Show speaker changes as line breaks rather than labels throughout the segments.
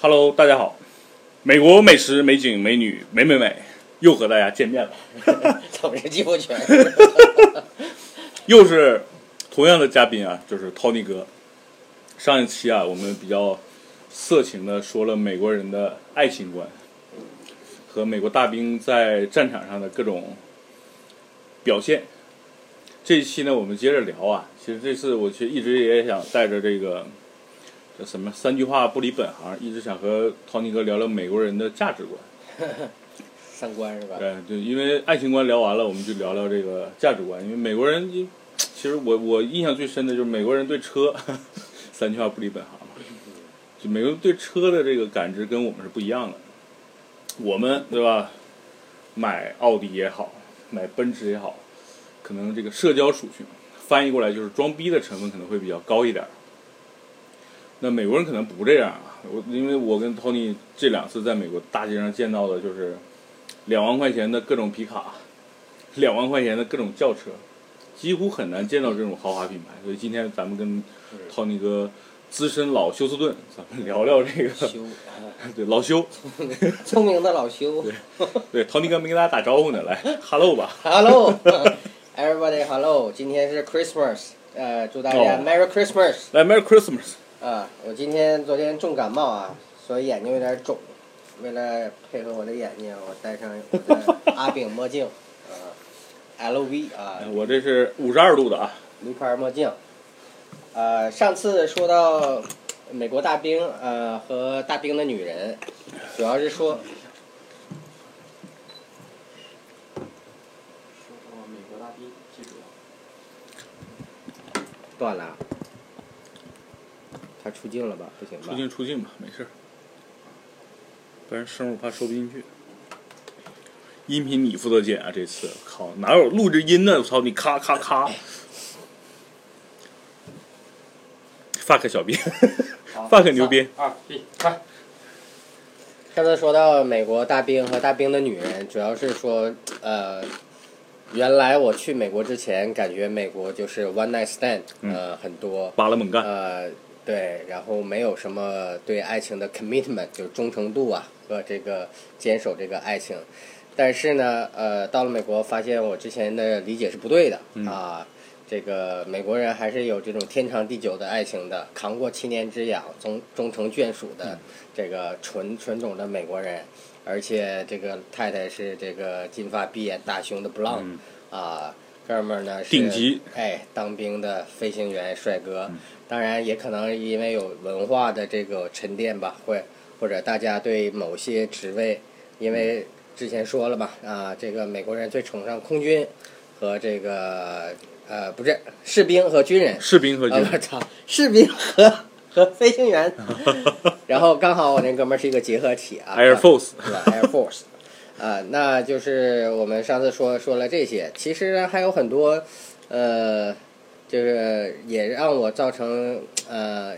Hello，大家好，美国美食、美景、美女、美美美，又和大家见面了，
总是记不全。
又是同样的嘉宾啊，就是 Tony 哥。上一期啊，我们比较色情的说了美国人的爱情观和美国大兵在战场上的各种表现。这一期呢，我们接着聊啊，其实这次我其实一直也想带着这个这什么三句话不离本行，一直想和 Tony 哥聊聊美国人的价值观。
三观是吧？
对对，因为爱情观聊完了，我们就聊聊这个价值观。因为美国人，一其实我我印象最深的就是美国人对车， 三句话不离本行嘛，就美国人对车的这个感知跟我们是不一样的。我们对吧，买奥迪也好，买奔驰也好，可能这个社交属性翻译过来就是装逼的成分可能会比较高一点儿。那美国人可能不这样啊，我因为我跟 Tony 这两次在美国大街上见到的就是。两万块钱的各种皮卡，两万块钱的各种轿车，几乎很难见到这种豪华品牌。所以今天咱们跟
嗯
Tony 哥资深老休斯顿，咱们聊聊这个
修，啊
对老休，
聪明的老修。
对 Tony 哥没跟大家打招呼呢，来 Hello 吧。
Hello，everybody，Hello，今天是 Christmas，呃，祝大家
哦
Merry Christmas。
来 Merry Christmas，
啊，我今天昨天重感冒啊，所以眼睛有点肿。为了配合我的眼睛，我戴上我的阿炳墨镜，啊，LV 啊
哎，我这是五十二度的啊，
驴牌墨镜。呃，上次说到美国大兵，呃，和大兵的女人，主要是说
说说美国大兵，记住了，
断了啊，他出镜了吧？不行吧？
出镜出镜吧，没事儿，不然声儿我怕收不进去。音频你负责剪啊，这次靠哪有录着音呢？我操你咔咔咔！fuck 小编
好
，fuck 牛逼，
二一，快！
上次说到美国大兵和大兵的女人，主要是说，呃，原来我去美国之前，感觉美国就是 one night stand，呃，
嗯
很多，
扒拉猛干。
呃，对，然后没有什么对爱情的 commitment，就是忠诚度啊和这个坚守这个爱情。但是呢，呃，到了美国，发现我之前的理解是不对的、啊。这个美国人还是有这种天长地久的爱情的，扛过七年之痒，终终成眷属的这个纯纯种的美国人，而且这个太太是这个金发碧眼大胸的 blonde、啊，哥们儿呢是
顶级嗯
哎，当兵的飞行员帅哥，当然也可能因为有文化的这个沉淀吧，会或者大家对某些职位，因为之前说了嘛，啊，这个美国人最崇尚空军和这个呃不是士兵和军人，
士兵和军
啊，我
人，
操，士兵和和飞 行员，然后刚好我那哥们儿是一个结合体啊
Air Force
对吧？Air Force，啊， 那就是我们上次说说了这些，其实还有很多，呃，就是也让我造成呃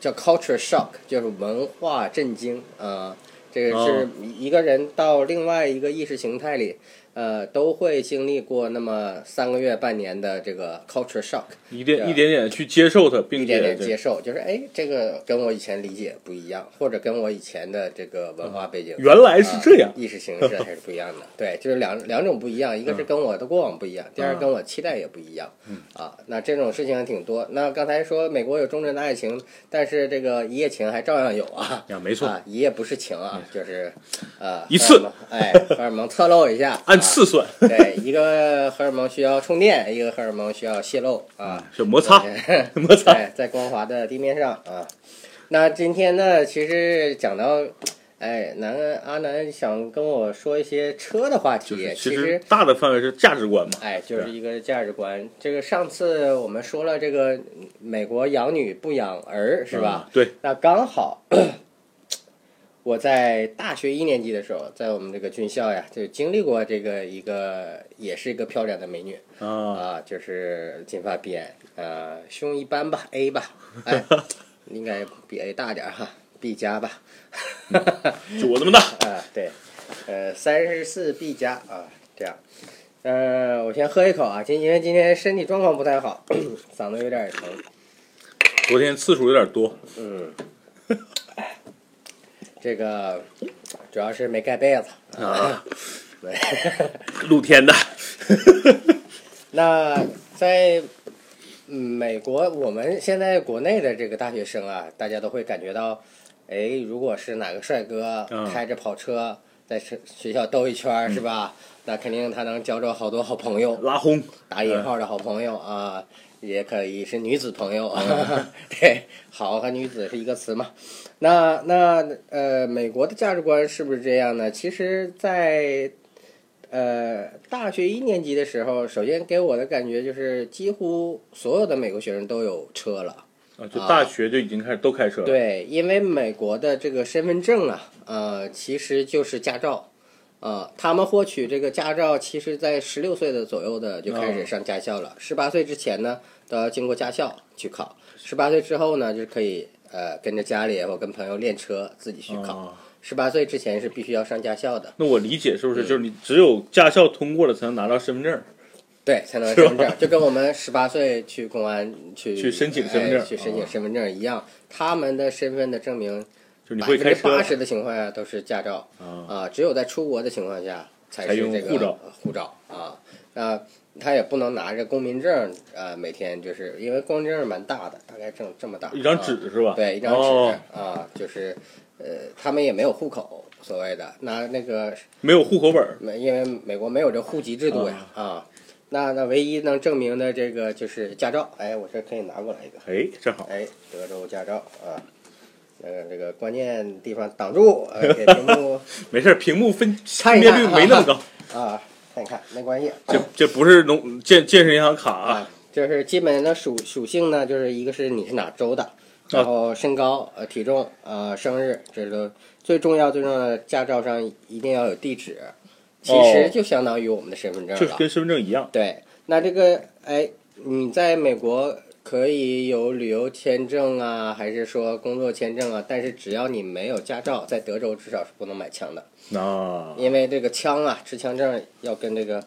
叫 culture shock，就是文化震惊啊、呃这个是
哦
一个人到另外一个意识形态里，呃，都会经历过那么三个月、半年的这个 culture shock。
一点
对啊
一点点去接受它，并
一
且
点点
这
接受，就是哎，这个跟我以前理解不一样，或者跟我以前的这个文化背景、
啊原来是这样
啊意识形式还是不一样的。对，就是两两种不一样，一个是
嗯
跟我的过往不一样，第二跟我期待也不一样。啊，那这种事情还挺多。那刚才说美国有忠贞的爱情，但是这个一夜情还照样有啊。
呀，没错，嗯
啊，一夜不是情啊，就是，呃，
一次
荷尔蒙，哎，荷尔蒙侧漏一下，
按
啊
次算，
对，一个荷尔蒙需要充电，一个荷尔蒙需要泄漏啊，
是嗯摩擦 摩擦。
哎，在光滑的地面上啊。那今天呢，其实讲到，哎，南阿南想跟我说一些车的话
就
题，
是
其
其实大的范围是价值观嘛，
哎，就是一个价值观。这个上次我们说了，这个嗯美国养女不养儿是吧？
嗯？对，
那刚好 我在大学一年级的时候，在我们这个军校呀，就经历过这个一个，也是一个漂亮的美女。
啊，
啊，就是金发碧眼，呃，胸一般吧，A 吧，哎，应该比 A 大点儿哈，B 加吧，
就我这么大，
啊，对，呃，三十四 B 加啊，这样，呃，我先喝一口啊，今因为今天身体状况不太好，嗓子有点疼，
昨天次数有点多，
嗯，这个主要是没盖被子。
啊，露天 的，
那在嗯美国，我们现在国内的这个大学生啊，大家都会感觉到，哎，如果是哪个帅哥
嗯
开着跑车在学学校兜一圈儿，是吧？那肯定他能交着好多好朋友，
拉轰，
打引号的好朋友啊，也可以是女子朋友。 对，好和女子是一个词嘛。那那呃，美国的价值观是不是这样呢？其实在，呃大学一年级的时候，首先给我的感觉就是，几乎所有的美国学生都有车了。
啊，就大学就已经开始都开车了。哦
对，因为美国的这个身份证啊，呃，其实就是驾照，呃，他们获取这个驾照，其实在十六岁的左右的就开始
哦
上驾校了，十八、岁之前呢都要经过驾校去考，十八岁之后呢就是可以呃跟着家里或跟朋友练车自己去考，
啊，
十八、岁之前是必须要上驾校的，
那我理解是不是
嗯
就是你只有驾校通过了才能拿到身份证？
对，才能
是
身份
吧
证，就跟我们十八岁去公安 去
去申请身份证哦
哎去申请身份证一样，他们的身份的证明
就是你
百
会
分
开
之
车
八十的情况下都是驾照
啊
啊，只有在出国的情况下才
才
是
用
这个
护照
呃护照啊。那他也不能拿着公民证啊，每天就是因为公民证蛮大的，大概这这么大，
一张
啊
纸是吧？
对，一张
哦
纸啊，就是呃，他们也没有户口。所谓的那那个
没有户口本儿，
美，因为美国没有这户籍制度呀啊，那那唯一能证明的这个就是驾照。哎，我这可以拿过来一个。
哎，正好。
哎，德州驾照啊，呃，这个关键地方挡住，呃，给屏幕
没事儿，屏幕分
看
分
一
辨
看
率没那么高，
啊看一看，没关系
这这不是农建建设银行卡啊
啊，就是基本的属属性呢，就是一个是你是哪州
啊
的，然后身高、呃体重、呃生日，这都最重要最重要的驾照上一定要有地址，其实
哦
就相当于我们的身份证啊了。
就是跟身份证一样。
对，那这个哎，你在美国可以有旅游签证啊，还是说工作签证啊？但是只要你没有驾照，在德州至少是不能买枪的，
那
因为这个枪啊，持枪证要跟这个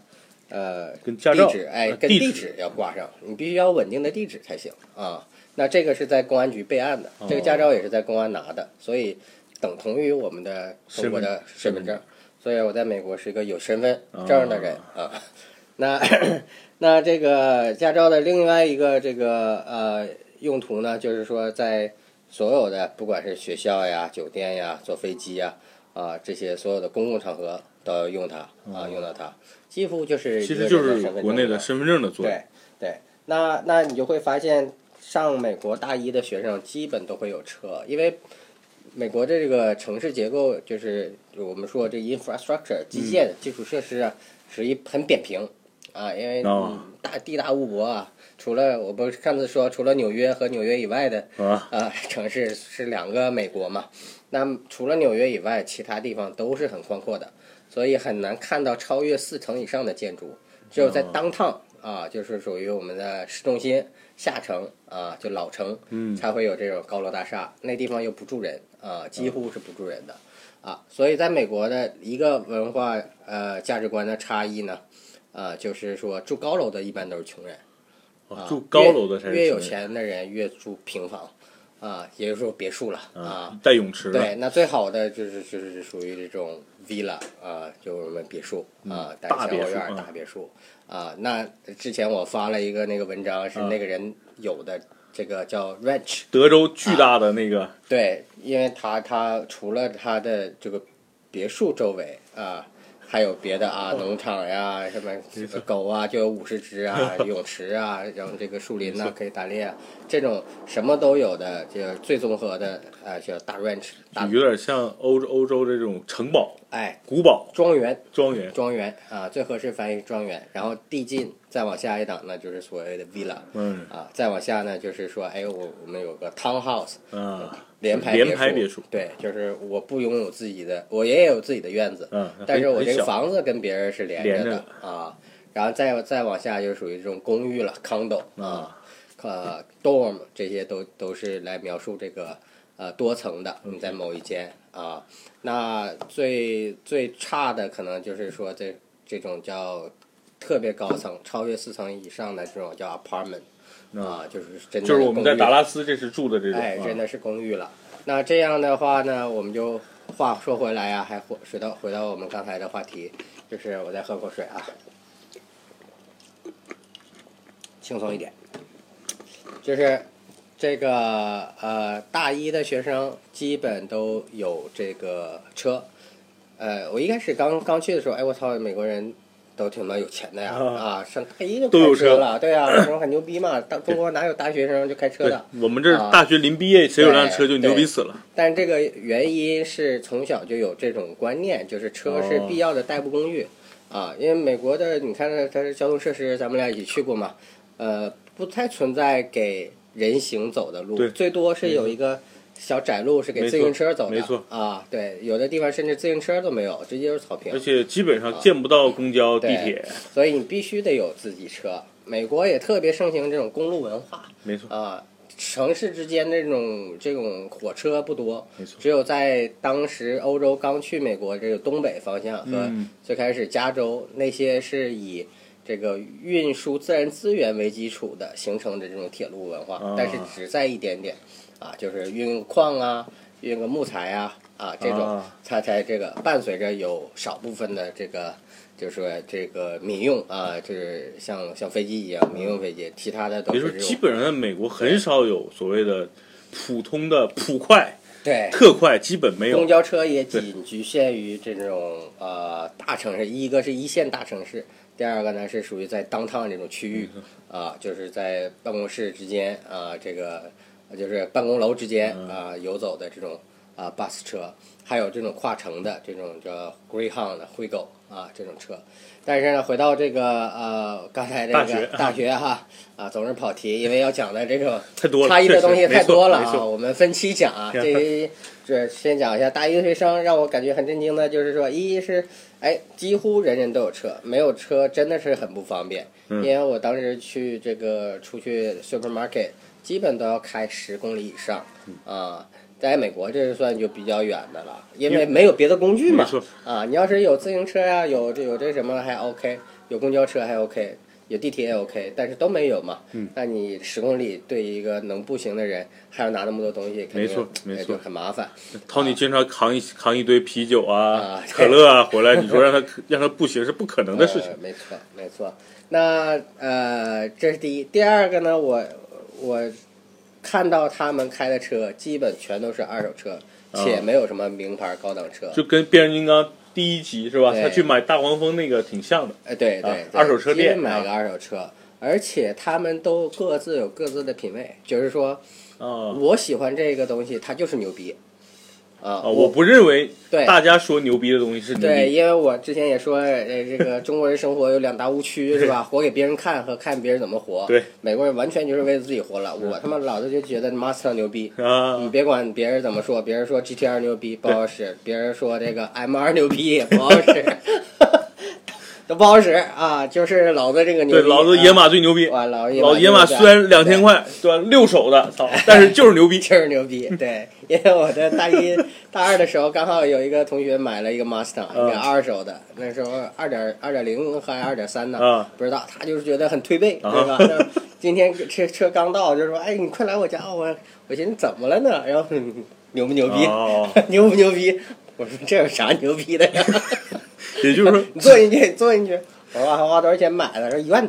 呃
跟驾照
地址哎
呃
跟
地
地
址
址要挂上，你必须要有稳定的地址才行啊。那这个是在公安局备案
哦
的，这个驾照也是在公安拿的，所以等同于我们的中国的身份证。所以我在美国是一个有身份
哦
证的人啊。那 那这个驾照的另外一个这个呃用途呢，就是说在所有的不管是学校呀、酒店呀、坐飞机呀啊、这些所有的公共场合都要用它啊，用到它，几乎就是
其
一个
实就
人
是
身份
国
证
内
了
的身份证的作用
对。对，那那你就会发现，上美国大一的学生基本都会有车，因为美国的这个城市结构就是我们说这 infrastructure 基
嗯
建、基础设施啊，是一很扁平啊，因为、
哦
嗯大地大物博啊。除了我不是上次说，除了纽约和纽约以外的
啊
呃 城市是两个美国嘛，那除了纽约以外，其他地方都是很宽阔的，所以很难看到超越四层以上的建筑。只有在当趟啊，就是属于我们的市中心下城啊，就老城，
嗯
才会有这种高楼大厦。那地方又不住人啊，几乎是不住人的啊。所以在美国的一个文化呃价值观的差异呢，呃，就是说住高楼的一般都是穷人。
哦
啊
住高楼的才是
越越有
成人
钱的人越住平房，啊，也就是说别墅了啊。
带泳池嗯的
对，那最好的就是就是属于这种 villa 啊，就是我们别墅啊，带
大
小后
别墅
院儿
嗯
大别墅啊。那之前我发了一个那个文章，是
啊
那个人有的这个叫 ranch，
德州巨大的那个
对，因为他他除了他的这个别墅周围啊，还有别的啊，农场呀、什么狗啊，就有五十只啊，泳池啊，然后这个树林呐、可以打猎啊，这种什么都有的，就是最综合的啊，叫大 ranch 大
有点像欧洲欧洲的这种城堡、
哎
古堡、
庄园
庄园。
庄园啊，最合适翻译是庄园，然后递进再往下一档呢，就是所谓的 villa。
嗯
啊，再往下呢，就是说，哎，我我们有个 townhouse，
啊，
联排
联排
别
别墅
对，就是我不拥有自己的，我也有自己的院子，
嗯
但是
很
我这
很
个
小
房子跟别人是连
连
的
着
啊，然后再再往下就属于这种公寓了，condo
啊，
呃，dorm 这些都都是来描述这个呃多层的，
嗯
你在某一间啊，那最最差的可能就是说这这种叫特别高层，超越四层以上的这种叫 apartment 啊，就是真
嗯
的
就是我们在
公寓
达拉斯这是住的这种，
哎，
啊
真的是公寓了。那这样的话呢，我们就话说回来呀、还回回到回到我们刚才的话题，就是我再喝口水啊，轻松一点。就是这个呃，大一的学生基本都有这个车。呃，我一开始刚刚去的时候，哎，我操，美国人都挺妈有钱 的呀！啊，上大一就
都有
开车
车
了，对啊，那时候很牛逼嘛。当中国哪有大学生就开车
对
的？，
我们这
啊
儿大学临毕业，谁有辆车
对
就牛
对
逼死了。
但这个原因是从小就有这种观念，就是车是必要的代步工具、
哦
啊。因为美国的，你看它的交通设施，咱们俩一起去过嘛，呃，不太存在给人行走的路，
对
最多是有一个小窄路是给
没
自
错
行车走的，
没错
啊，对，有的地方甚至自行车都没有，直接就是草坪
而。且基本上见不到公交、地
对
铁，
所以你必须得有自己车。美国也特别盛行这种公路文化
没错，
啊、城市之间这种这种火车不多，
没错。
只有在当时欧洲刚去美国这个东北方向和
嗯
最开始加州那些是以这个运输自然资源为基础的形成的这种铁路文化
啊，
但是只在一点点，啊，就是运矿啊，运个木材啊，啊这种
啊，
它才这个伴随着有少部分的这个。就是说这个民用啊，就是像像飞机一样民用飞机，其他的都
也就
是
是
这
基
种
本上在美国很少有所谓的普通的普快、
对
特快，基本没
公
有。
交车也仅局限于这种呃大城市，一个是一线大城市，第二个呢是属于在当趟这种区域
嗯
啊、就是在办公室之间啊、这个就是办公楼之间
嗯
啊、游走的这种啊、bus 车，还有这种跨城的这种叫 Greyhound 的灰狗啊这种车。但是呢，回到这个呃刚才这
大
个
学
大学哈啊总是跑题，因为要讲的这个。
太多了，
差异
确实
的东西太多了
没错没
啊！
错
我们分 期讲啊，这这先讲一下大一的学生，让我感觉很震惊的就是说，一是哎，几乎人人都有车，没有车真的是很不方便。
嗯
因为我当时去这个出去 supermarket，基本都要开十公里以上
嗯
啊。在美国，这是算就比较远的了，因为
因为
没有别的工具嘛
没错。
啊，你要是有自行车呀、有这有这什么还 OK，有公交车还 OK，有地铁也 OK，但是都没有嘛。嗯，那你十公里对一个能步行的人，还要拿那么多东西，肯定
没错没
哎
错
就很麻烦。
t o n y 经常扛一扛一堆啤酒啊
啊、
可乐啊回来，你说让他让他步行是不可能的事情
呃。。没错，没错。那呃，这是第一，第二个呢，我我看到他们开的车基本全都是二手车，且没有什么名牌高档车。
啊就跟变形金刚第一集是吧？
对
他去买大黄蜂那个挺像的。
呃，对对
啊，
对
二手车店
基本买个二手车，而且他们都各自有各自的品味，就是说
啊
我喜欢这个东西，它就是牛逼。啊，
啊！我不认为
对
大家说牛逼的东西是牛
对，
逼，
因为我之前也说，呃，这 个中国人生活有两大误区，是吧？活给别人看和看别人怎么活。
对，嗯
美国人完全就是为了自己活了。我他妈老子就觉得 Mustang 牛逼，你
啊，
别管别人怎么说，别人说 GTR 牛逼不好使，别人说这个 MR 牛逼不好使， 都不好使啊！就是老子这个牛
对，
逼，
老子野马最牛逼，
啊，哇
老
老野
野马
牛逼啊
虽然两千块，对吧？六手的， 操，但是就是牛逼。
就是牛逼，对，因为我在大一、大二的时候，刚好有一个同学买了一个 Mustang，一个
嗯
二手的，那时候二点二点零还二点三呢，
嗯
不知道，他就是觉得很推背，
啊
对吧？那 今天车车刚到，就说，哎，你快来我家，我我寻思怎么了呢？然后嗯牛不牛逼？
哦，
牛不牛逼？我说这有啥牛逼的呀？
也就是说，
你坐进去，坐进去。我说花多少钱买的？说一万。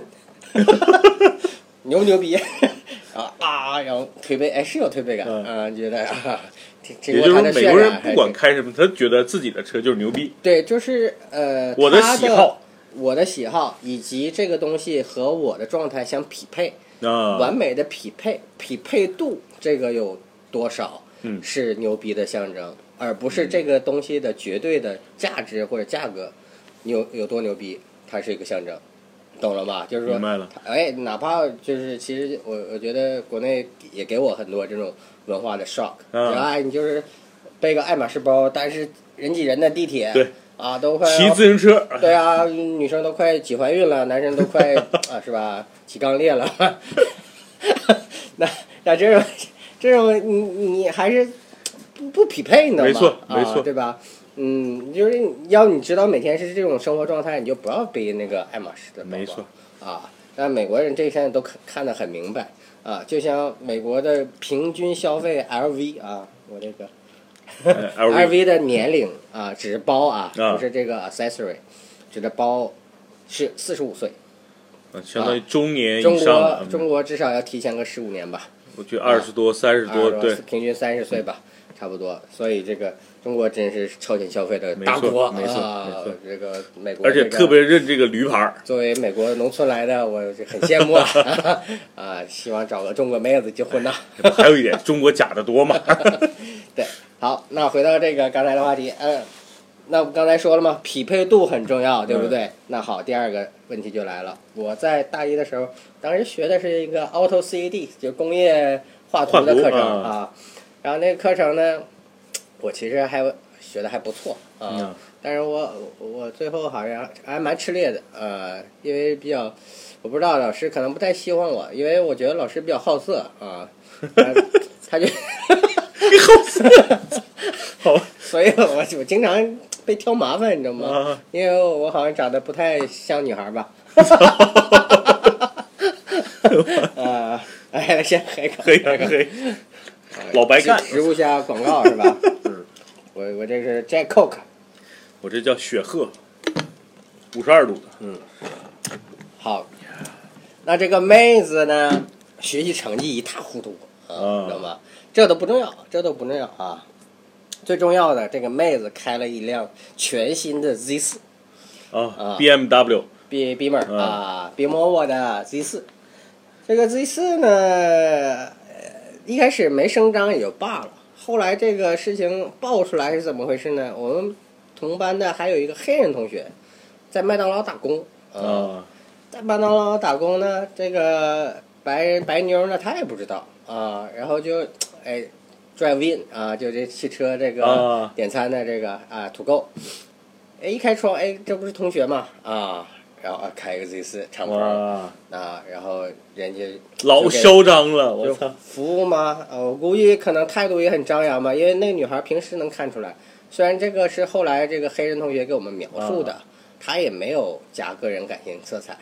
牛不牛逼？ 然后啊，然后推背，哎，是有推背感，
嗯
啊，觉得啊，经 经
也
过
就是说，
他的
美
渲
国人
染，
不管开什么，他觉得自己的车就是牛逼。
对，就是呃，
我的
他
喜好，
我的喜好以及这个东西和我的状态相匹配，
啊
完，美的匹配，匹配度这个有多少，
嗯
是牛逼的象征，而不是这个东西的绝对的价值或者价格，有有多牛逼，它是一个象征，懂了吧？就是说，
明白了
它。哎，哪怕就是其实我我觉得国内也给我很多这种文化的 shock，
嗯
然后哎，你就是背个爱马仕包，但是人挤人的地铁，
对
啊，都快
骑
要
自行车，
对啊，女生都快挤怀孕了，男生都快啊，是吧？挤肛裂了。 那那这种这种你你还是不不匹配，你知道吗？
没错没
啊，
错
对吧？嗯，就是你要你知道每天是这种生活状态，你就不要背那个爱马仕的包包。
没错
啊，但美国人这一项都看看得很明白啊，就像美国的平均消费 LV 啊，我这个
哎 LV
RV 的年龄啊，只是包啊，
啊
不是这个 accessory，指的包是四十五岁，
啊相当于中年
中
以上嗯
国
了。
中国至少要提前个十五年吧，
我觉得二十多、三十多，
20
对，
平均啊三十岁吧，差不多。所以这个中国真是超前消费的
没
大
错
国
没错没
啊
错！
这个美国
而
这
且
个，
特别认这个驴牌 儿，
作为美国农村来的，我就很羡 慕啊啊！希望找个中国妹子结婚呐。
还有一点，中国假的多 嘛。
对，好，那回到这个刚才的话题，嗯，那我们刚才说了嘛，匹配度很重要，对不
嗯
对？那好，第二个问题就来了。我在大一的时候，当时学的是一个 Auto CAD，就是工业画图的
画图
课程
啊
啊。然后那个课程呢，我其实还学的还不错啊，
嗯
但是我我最后好像还蛮吃力的，呃，因为比较，我不知道老师可能不太喜欢我，因为我觉得老师比较好色 啊，他他就。
好，
所以我我经常被挑麻烦，你知道吗？
啊
因为我好像长得不太像女孩 儿吧。啊，哎，先黑个
可以可以可以，啊老白干，
植入一下广告是吧？嗯，我我这是 Jack Coke，
我这叫雪鹤，五十二度的，
好，那这个妹子呢，学习成绩一塌糊涂啊，
啊
知道吗？这都不重要，这都不重要啊。最重要的，这个妹子开了一辆全新的 Z 四啊
啊，BMW，
B Beamer
嗯
啊，Beamer 我的 Z 四，这个 Z 四呢，呃一开始没声张也就罢了，后来这个事情爆出来是怎么回事呢？我们同班的还有一个黑人同学，在麦当劳打工啊，
啊，
在麦当劳打工呢，这个白人白妞呢，她也不知道啊，然后就哎，drive in 啊，就这汽车这个、
啊
点餐的这个啊土购，哎一开窗哎这不是同学嘛啊，然后啊开一个 Z 四敞篷
哇，
啊，然后人家
老
就给
嚣张了，
就
我操，
服务嘛，呃，我估计可能态度也很张扬吧，因为那个女孩平时能看出来，虽然这个是后来这个黑人同学给我们描述
啊
的，她也没有加个人感情色彩，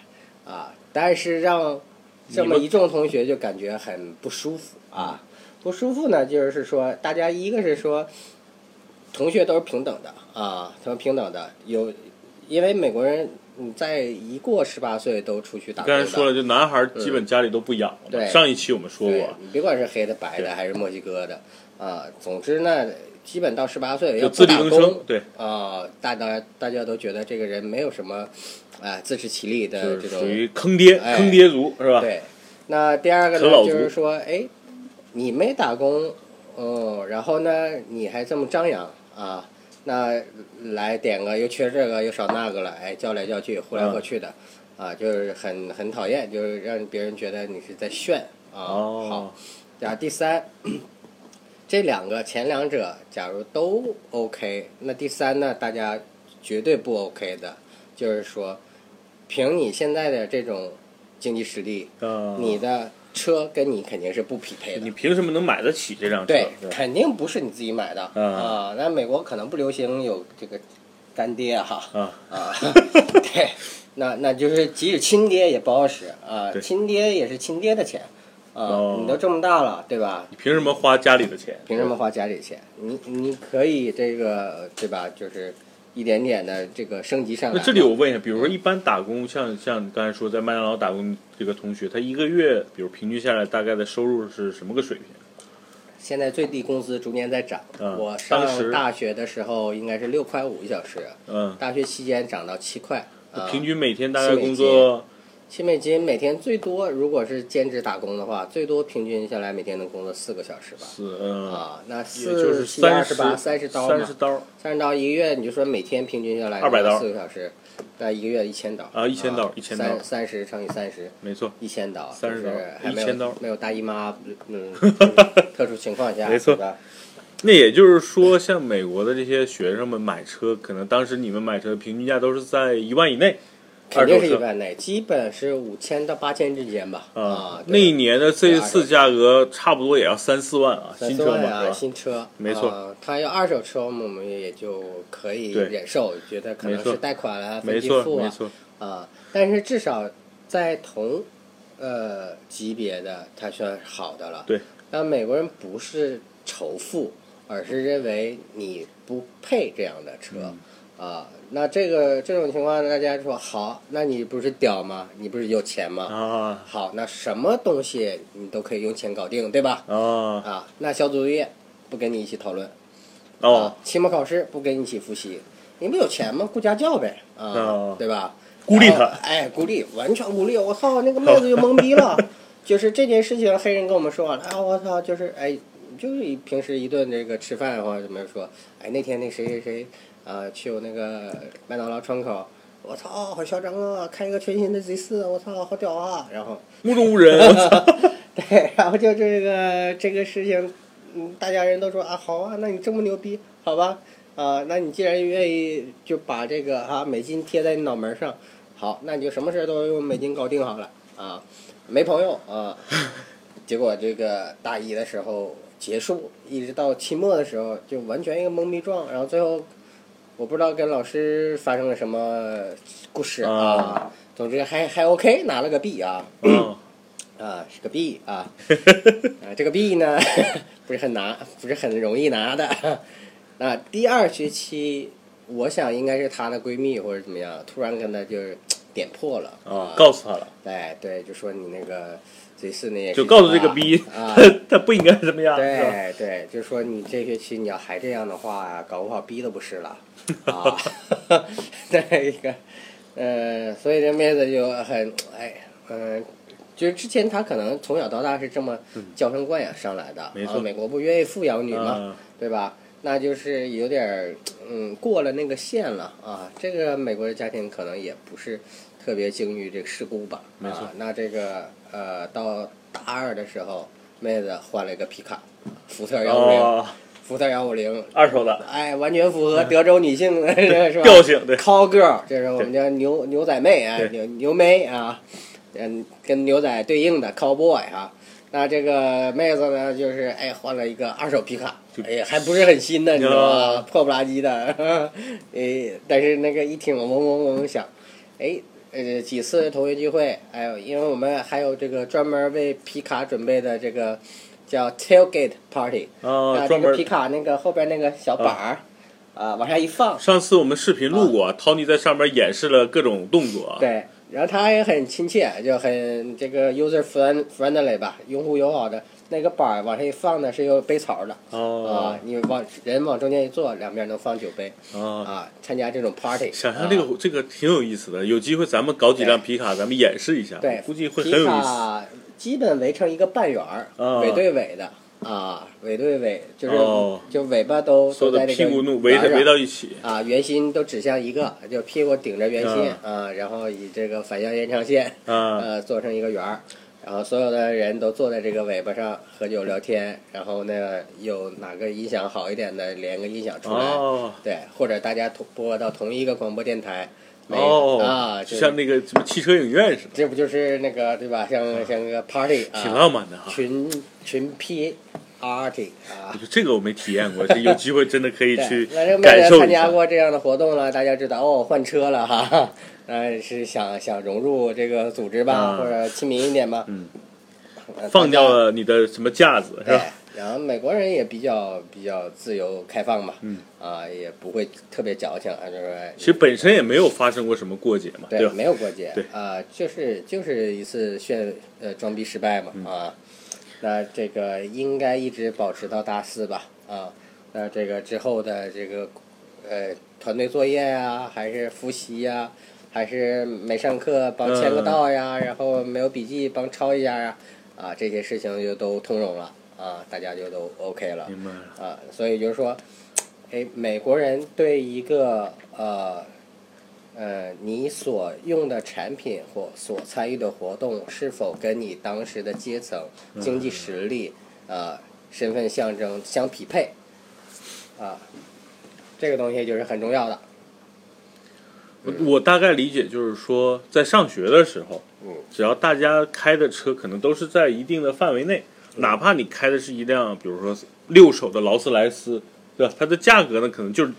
啊，但是让这么
你们
一众同学就感觉很不舒服啊，不舒服呢，就是说大家一个是说，同学都是平等的啊，都是平等的，有，因为美国人你在一过十八岁都出去打
刚
工的
才说了，就男孩儿基本家里都不养嘛
嗯对
上一期我们说
对
过，
哎你别管是黑的、白
对
的还是墨西哥的，啊、总之呢，基本到十八岁
就
要
自
不
力
打
更
工
生，，对，
啊、大家大家都觉得这个人没有什么，啊、自食其力的
就是
这
属
种，
于坑爹
哎
坑爹族是吧？
对。那第二个呢
啃老，族
就是说，哎，你没打工，哦，然后呢，你还这么张扬啊？那来点个又缺这个又少那个了，哎，叫来叫去，呼
嗯
来喝去的，啊，就是很很讨厌，就是让别人觉得你是在炫啊。好，
哦，
然后啊第三，这两个前两者假如都 OK，那第三呢，大家绝对不 OK 的，就是说，凭你现在的这种经济实力，
啊
你的车跟你肯定是不匹配的
你。凭什么能买得起这辆车？
对，
是吧
肯定不是你自己买的
嗯
啊。那美国可能不流行有这个干爹哈
啊，
啊， 对，那那就是即使亲爹也不好使啊，
对
亲爹也是亲爹的钱啊
哦，
你都这么大了，对吧？
你凭什么花家里的钱？
凭什么花家里钱？你你可以这个对吧？就是一点点的这个升级上来
那
嘛。
这里我问一下，比如说一般打工，像像你刚才说在麦当劳打工这个同学，他一个月，比如平均下来大概的收入是什么个水平？
现在最低工资逐年在涨。
嗯
我
当时
上大学的时候应该是六块五一小时，
嗯，
大学期间涨到七块。啊
平均每天大概工作
七美金每天最多，如果是兼职打工的话，最多平均下来每天能工作四个小时吧。
是嗯，
啊，那
也就是
四七
三
二
十
八三十刀
三十
嘛，
刀
三十刀一个月，你就说每天平均下来
200刀
四个小时，那一个月一千刀
啊1000刀1000刀
三三十乘以三十，
没错，
一千刀，
30
就是
刀
还没有
1000刀
没有大姨妈， 嗯，就是特殊情况下，
没错
对吧？
那也就是说，像美国的这些学生们买车，可能当时你们买车平均价都是在一万以内，
肯定
二
是
手
一
车
万内，基本是五千到八千之间吧。啊，
那一年的 C
对
四价格差不多也要三四万啊，
新
新车嘛
啊，
是吧？
新车
没错
啊他要二手车，我们也就可以
对
忍受，觉得可能
没错
是贷款啊、分
没
期
错
付
没
啊
错，
啊，但是至少在同呃级别的，它算好的了。
对，
但美国人不是仇富而是认为你不配这样的车。啊，那这个这种情况，大家说好，那你不是屌吗？你不是有钱吗？
啊
好，那什么东西你都可以用钱搞定，对吧？
哦
啊
啊，那小组作业不跟你一起讨论，
哦
啊，，期末考试不跟你一起复习，你不有钱吗？顾家教呗，啊，
哦
对吧？
孤立他
然后哎，孤立，完全孤立。我操，那个妹子就懵 逼了。就是这件事情，黑人跟我们说完了，啊，我操，就是哎，就是一平时一顿这个吃饭或者怎么说，哎，那天那谁谁谁啊、去我那个麦当劳窗口，我操，好嚣张啊，看一个全新的 Z 四，我操，好屌啊，然后。
目中无 人，我操！
对，然后就这个这个事情，嗯，大家人都说啊，好啊，那你这么牛逼，好吧，啊、那你既然愿意就把这个啊美金贴在你脑门上，好，那你就什么事儿都用美金搞定好了啊，没朋友啊， 结果这个大一的时候结束，一直到期末的时候就完全一个懵逼状，然后最后我不知道跟老师发生了什么故事啊，
啊
总之还还 OK，拿了个 B 啊。
嗯
啊，是个 B 啊，啊，这个 B 呢， 不是很拿，不是很容易拿的。那第二学期，我想应该是她的闺蜜或者怎么样，突然跟她就是点破了
啊，告诉他了，
哎，对，就说你那个贼四那也
就是告诉
啊
这个逼，
啊，
他他不应该怎么样，是吧？
对对，就说你这学期你要还这样的话，搞不好逼都不是 了啊。 再一个，呃，所以这妹子就很哎，嗯、就是之前她可能从小到大是这么娇生惯养上来的，
嗯没
啊
错
美国不愿意富养女嘛，
啊
对吧？那就是有点儿嗯过了那个线了啊。这个美国的家庭可能也不是特别精于这个世故吧。
没错
啊、那这个呃，到大二的时候，妹子换了一个皮卡，福特幺五零，
哦，
福特幺五零。
二手的，
哎，完全符合德州女性的是
嗯
吧？
调性对
call girl，这是我们叫牛牛仔妹啊，
对
牛牛妹啊，嗯，跟牛仔对应的 call boy 啊。那这个妹子呢，就是哎换了一个二手皮卡，哎呀还不是很新的，你知道
啊
吗？破不拉几的， 哎，但是那个一听嗡嗡嗡嗡嗡响，哎。呃，几次同学聚会，哎呦，因为我们还有这个专门为皮卡准备的这个叫 tailgate party，
哦
啊，
专
这个皮
门。
卡那个后边那个小板儿，啊，往下一放，
上次我们视频录过，Tony 在上面演示了各种动作，
啊
啊
对，然后它也很亲切，就很这个 user friend friendly 吧，用户友好的。那个板儿往上一放呢，是有杯槽的啊
哦，
你往人往中间一坐，两边能放酒杯
哦，
啊。参加这种 party，
想象这个、
啊
这个挺有意思的，有机会咱们搞几辆
对
皮卡，咱们演示一下，
对
我估计会很有意思。
卡基本围成一个半圆儿，
啊
尾对尾的啊，尾对尾就是、
哦
就尾巴都
所
都
有的
在这
屁
个
股弄围着
圆上
围到一起，
啊，圆心都指向一个，就屁股顶着圆心啊，然后以这个反向延长线
啊，
呃做成一个圆儿，然后所有的人都坐在这个尾巴上喝酒聊天，然后呢有哪个音响好一点的连个音响出来，
哦，
对，或者大家同播到同一个广播电台，每
哦
啊，
就
就
像那个什么汽车影院似的，
这不就是那个对吧？像像个 party
挺
啊，
浪漫的哈。
群群 P party 啊
我。说这个我没体验 过，这有机会真的可以去
对，反正妹
感
子
受
参
一下
加。过这样的活动了，大家知道哦，换车了 哈，呃，是想想融入这个组织吧，
啊
或者亲民一点吧，
嗯
呃
放掉了你的什么架子
大
是
家。对
吧？，
然后美国人也比较比较自由开放嘛，
嗯
啊，也不会特别矫情，啊，就是
其实本身也没有发生过什么过节嘛，
对
吧？
没有过节
对，
啊，就是就是一次炫呃装逼失败嘛，
嗯
啊，那这个应该一直保持到大四吧，啊，那这个之后的这个呃团队作业呀、还是复习呀、还是没上课帮
嗯
签个到呀，然后没有笔记帮抄一下呀，啊，这些事情就都通融了啊，大家就都 OK 了
明白了，
啊，所以就是说，哎，美国人对一个呃呃你所用的产品或所参与的活动是否跟你当时的阶层、经济实力、呃身份象征相匹配啊，这个东西就是很重要的。
我我大概理解就是说，在上学的时候，
嗯
只要大家开的车可能都是在一定的范围内，
嗯
哪怕你开的是一辆比如说六手的劳斯莱斯，对吧？它的价格呢，可能就是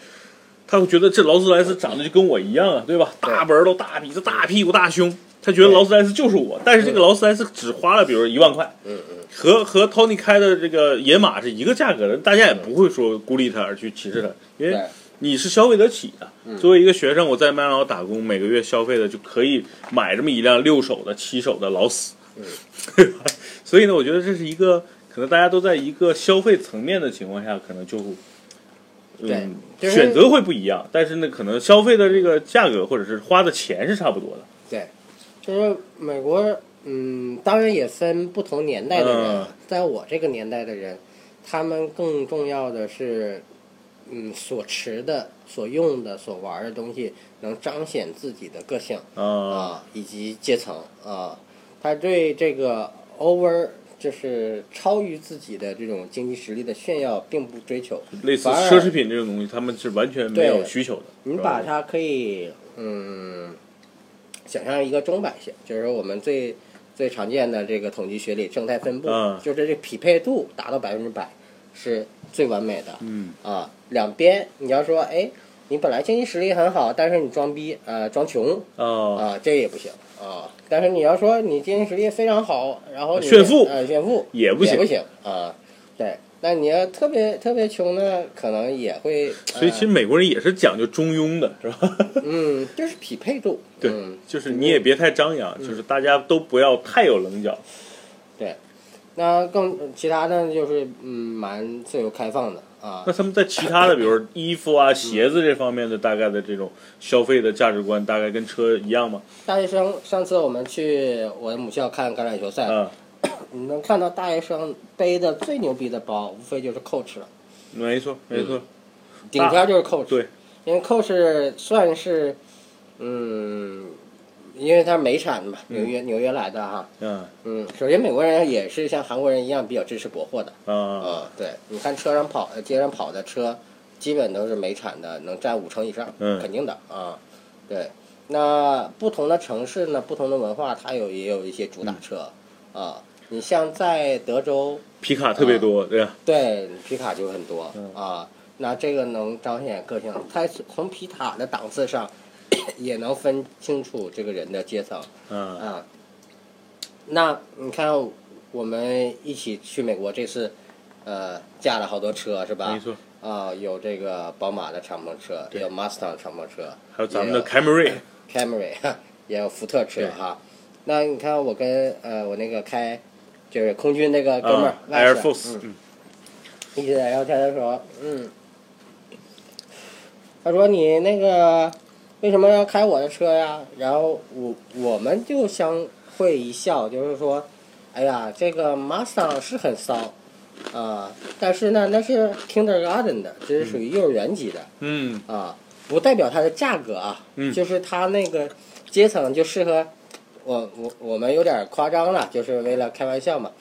他会觉得这劳斯莱斯长得就跟我一样啊，对吧？
对
大脖儿头、大鼻子、大屁股、大胸，他觉得
对
劳斯莱斯就是我。但是这个劳斯莱斯只花了比如一万块，
嗯嗯，
和和 Tony 开的这个野马是一个价格的，大家也不会说孤立他而去歧视他，因为
对嗯
你是消费得起的。作为一个学生，我在麦当劳打工，每个月消费的就可以买这么一辆六手的、七手的劳斯，
嗯
对吧？ 所以呢，我觉得这是一个可能大家都在一个消费层面的情况下，可能就嗯
就是
选择会不一样，但是呢，可能消费的这个价格或者是花的钱是差不多的。
就是美国，嗯，当然也分不同年代的人啊。
嗯
在我这个年代的人，他们更重要的是，嗯，所持的、所用的、所玩的东西能彰显自己的个性
啊、
啊，以及阶层啊。他对这个 over 就是超于自己的这种经济实力的炫耀并不追求，
类似
反而
奢侈品这种东西，他们是完全没有
对
需求的。
你
是
把
吧
它可以嗯，想象一个钟摆线，就是我们最最常见的这个统计学里正态分布，
嗯
就是这匹配度达到百分之百是最完美的。
嗯
啊，两边你要说，哎，你本来经济实力很好，但是你装逼呃装穷
啊
啊、这也不行啊。但是你要说你经济实力非常好，然后你
炫富
呃炫富
也不行
也不行啊，对。那你要特别特别穷呢，可能也会。
所以其实
呃
美国人也是讲究中庸的，是吧？
嗯，就是匹配度。
对，
嗯、
就是你也别太张扬，就是大家都不要太有棱角。
对。那更其他的就是嗯，蛮自由开放的啊
那。他们在其他的，比如说衣服
嗯
啊、鞋子这方面的大概的这种消费的价值观，大概跟车一样吗？
大学生上次我们去我的母校看橄榄球赛，
啊，
你能看到大学生背的最牛逼的包，无非就是 Coach 了，
没错，没错，
顶天就是 Coach、
对，
因为 Coach 算是嗯，因为它是美产嘛，纽约、纽约来的哈。
嗯
嗯，首先美国人也是像韩国人一样比较支持国货的。
啊，
啊，对，你看车上跑、呃街上跑的车，基本都是美产的，能占五成以上，
嗯
肯定的啊。对，那不同的城市呢，不同的文化，它有也有一些主
嗯
打车、啊。你像在德州，
皮卡特别
啊
多，对吧？
对皮卡就很多、
嗯
啊。那这个能彰显个性，它从皮卡的档次上 也能分清楚这个人的阶层。
啊，
啊，那你看我们一起去美国这次，呃，驾了好多车是吧
没？错，
啊，有这个宝马的敞篷车，
对
有 Mustang 敞篷车
还有咱们的凯美瑞，
，Camry 也有福特车
对
哈。那你看我跟呃我那个开，就是空军那个哥们儿、
啊
Wes，
，Air Force，
嗯一起在聊天的时候，嗯，他说你那个为什么要开我的车呀？然后我我们就相会一笑，就是说，哎呀，这个 Mustang 是很骚，啊、但是呢，那是 Kindergarten 的，这是属于幼儿园级的
嗯，
啊、不代表它的价格啊，
嗯
就是它那个阶层就适合我我我们有点夸张了，就是为了开玩笑嘛，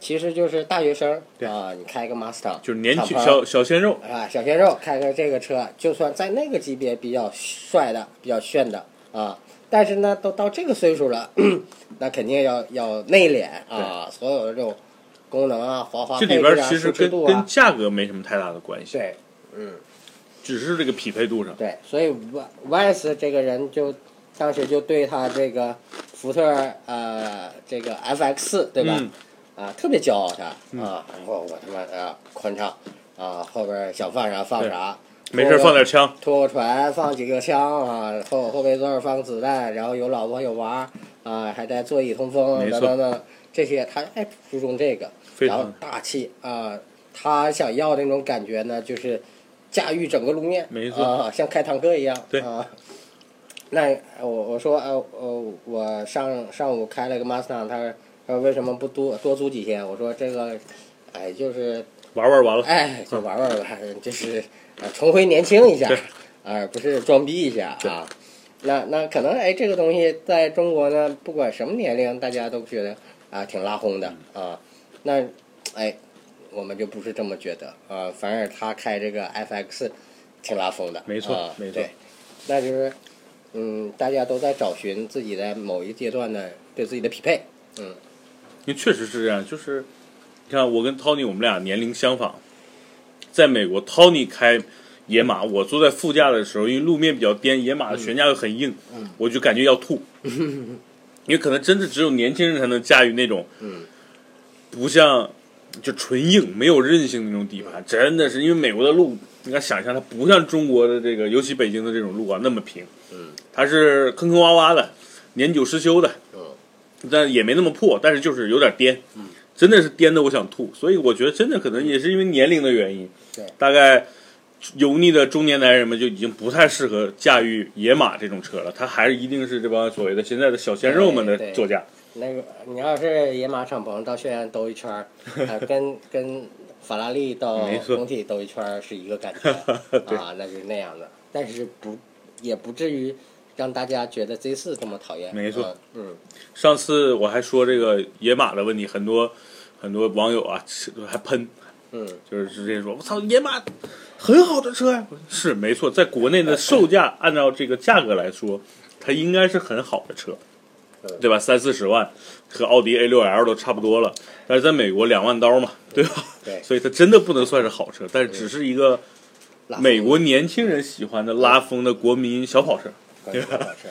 其实就是大学生
对
啊、你开个 Mustang
就是年轻
敞篷
小小鲜肉，
啊，小鲜肉开个这个车，就算在那个级别比较帅的、比较炫的啊，但是呢，都到这个岁数了， 那肯定要要内敛啊，所有的这种功能啊、豪华
这
配
里
置
边
啊、
其
舒
实
适
跟
度
跟
啊，
价格没什么太大的关系，
对，嗯，
只是这个匹配度上。
对，所以 Y S 这个人就当时就对他这个福特呃这个 F X 对吧？
嗯
啊，特别骄傲他啊，然后我他妈啊宽敞啊，后边想放啥放啥。
没事儿放点枪，
拖个船，放几个枪啊，后后备座儿放子弹，然后有老婆有娃儿啊，还带座椅通风
没
等
错
等等这些，他哎注重这个，
非
然后
常
大气啊，他想要的那种感觉呢，就是驾驭整个路面，
没错
啊，像开坦克一样，
对
啊。那我我说呃呃，我上上午开了个 Mustang，他说他说为什么不多多租几天？我说这个，哎，就是
玩玩完了。
哎，就玩玩吧，就是呃重回年轻一下
对，
而不是装逼一下
对
啊。那那可能哎，这个东西在中国呢，不管什么年龄，大家都觉得啊挺拉轰的
嗯
啊。那哎，我们就不是这么觉得啊，反而他开这个 FX 挺拉风的，
没错
啊
没错
对那就是嗯，大家都在找寻自己在某一阶段的对自己的匹配，
因为确实是这样，就是你看我跟 Tony 我们俩年龄相仿，在美国 Tony 开野马，我坐在副驾的时候，因为路面比较颠，野马的悬架又很硬，
嗯
我就感觉要吐，因为可能真的只有年轻人才能驾驭那种
嗯
不像就纯硬没有韧性那种底盘，真的是因为美国的路，你敢想象它不像中国的这个，尤其北京的这种路啊那么平，
嗯，
它是坑坑洼洼的，年久失修的，
嗯，
但也没那么破，但是就是有点颠，
嗯，
真的是颠的我想吐，所以我觉得真的可能也是因为年龄的原因，
对
大概。油腻的中年男人们就已经不太适合驾驭野马这种车了，他还是一定是这帮所谓的现在的小鲜肉们的
对对
座驾。
那个你要是野马敞篷到血阳兜一圈儿， 啊，跟跟法拉利到
没错
工体兜一圈儿是一个感觉 啊，那就是那样的，但是不也不至于让大家觉得 Z 四这么讨厌。
没错
嗯，
上次我还说这个野马的问题，很多很多网友啊吃还喷，
嗯嗯，
就是直接说：“我操，野马很好的车呀、是没错，在国内的售价按照这个价格来说，它应该是很好的车
嗯，
对吧？三四十万和奥迪 A 6 L 都差不多了，但是在美国两万刀嘛，对吧？
对
所以它真的不能算是好车，但是只是一个
拉
美
风
国年轻人喜欢的拉风的国民小跑车。
关系不好吃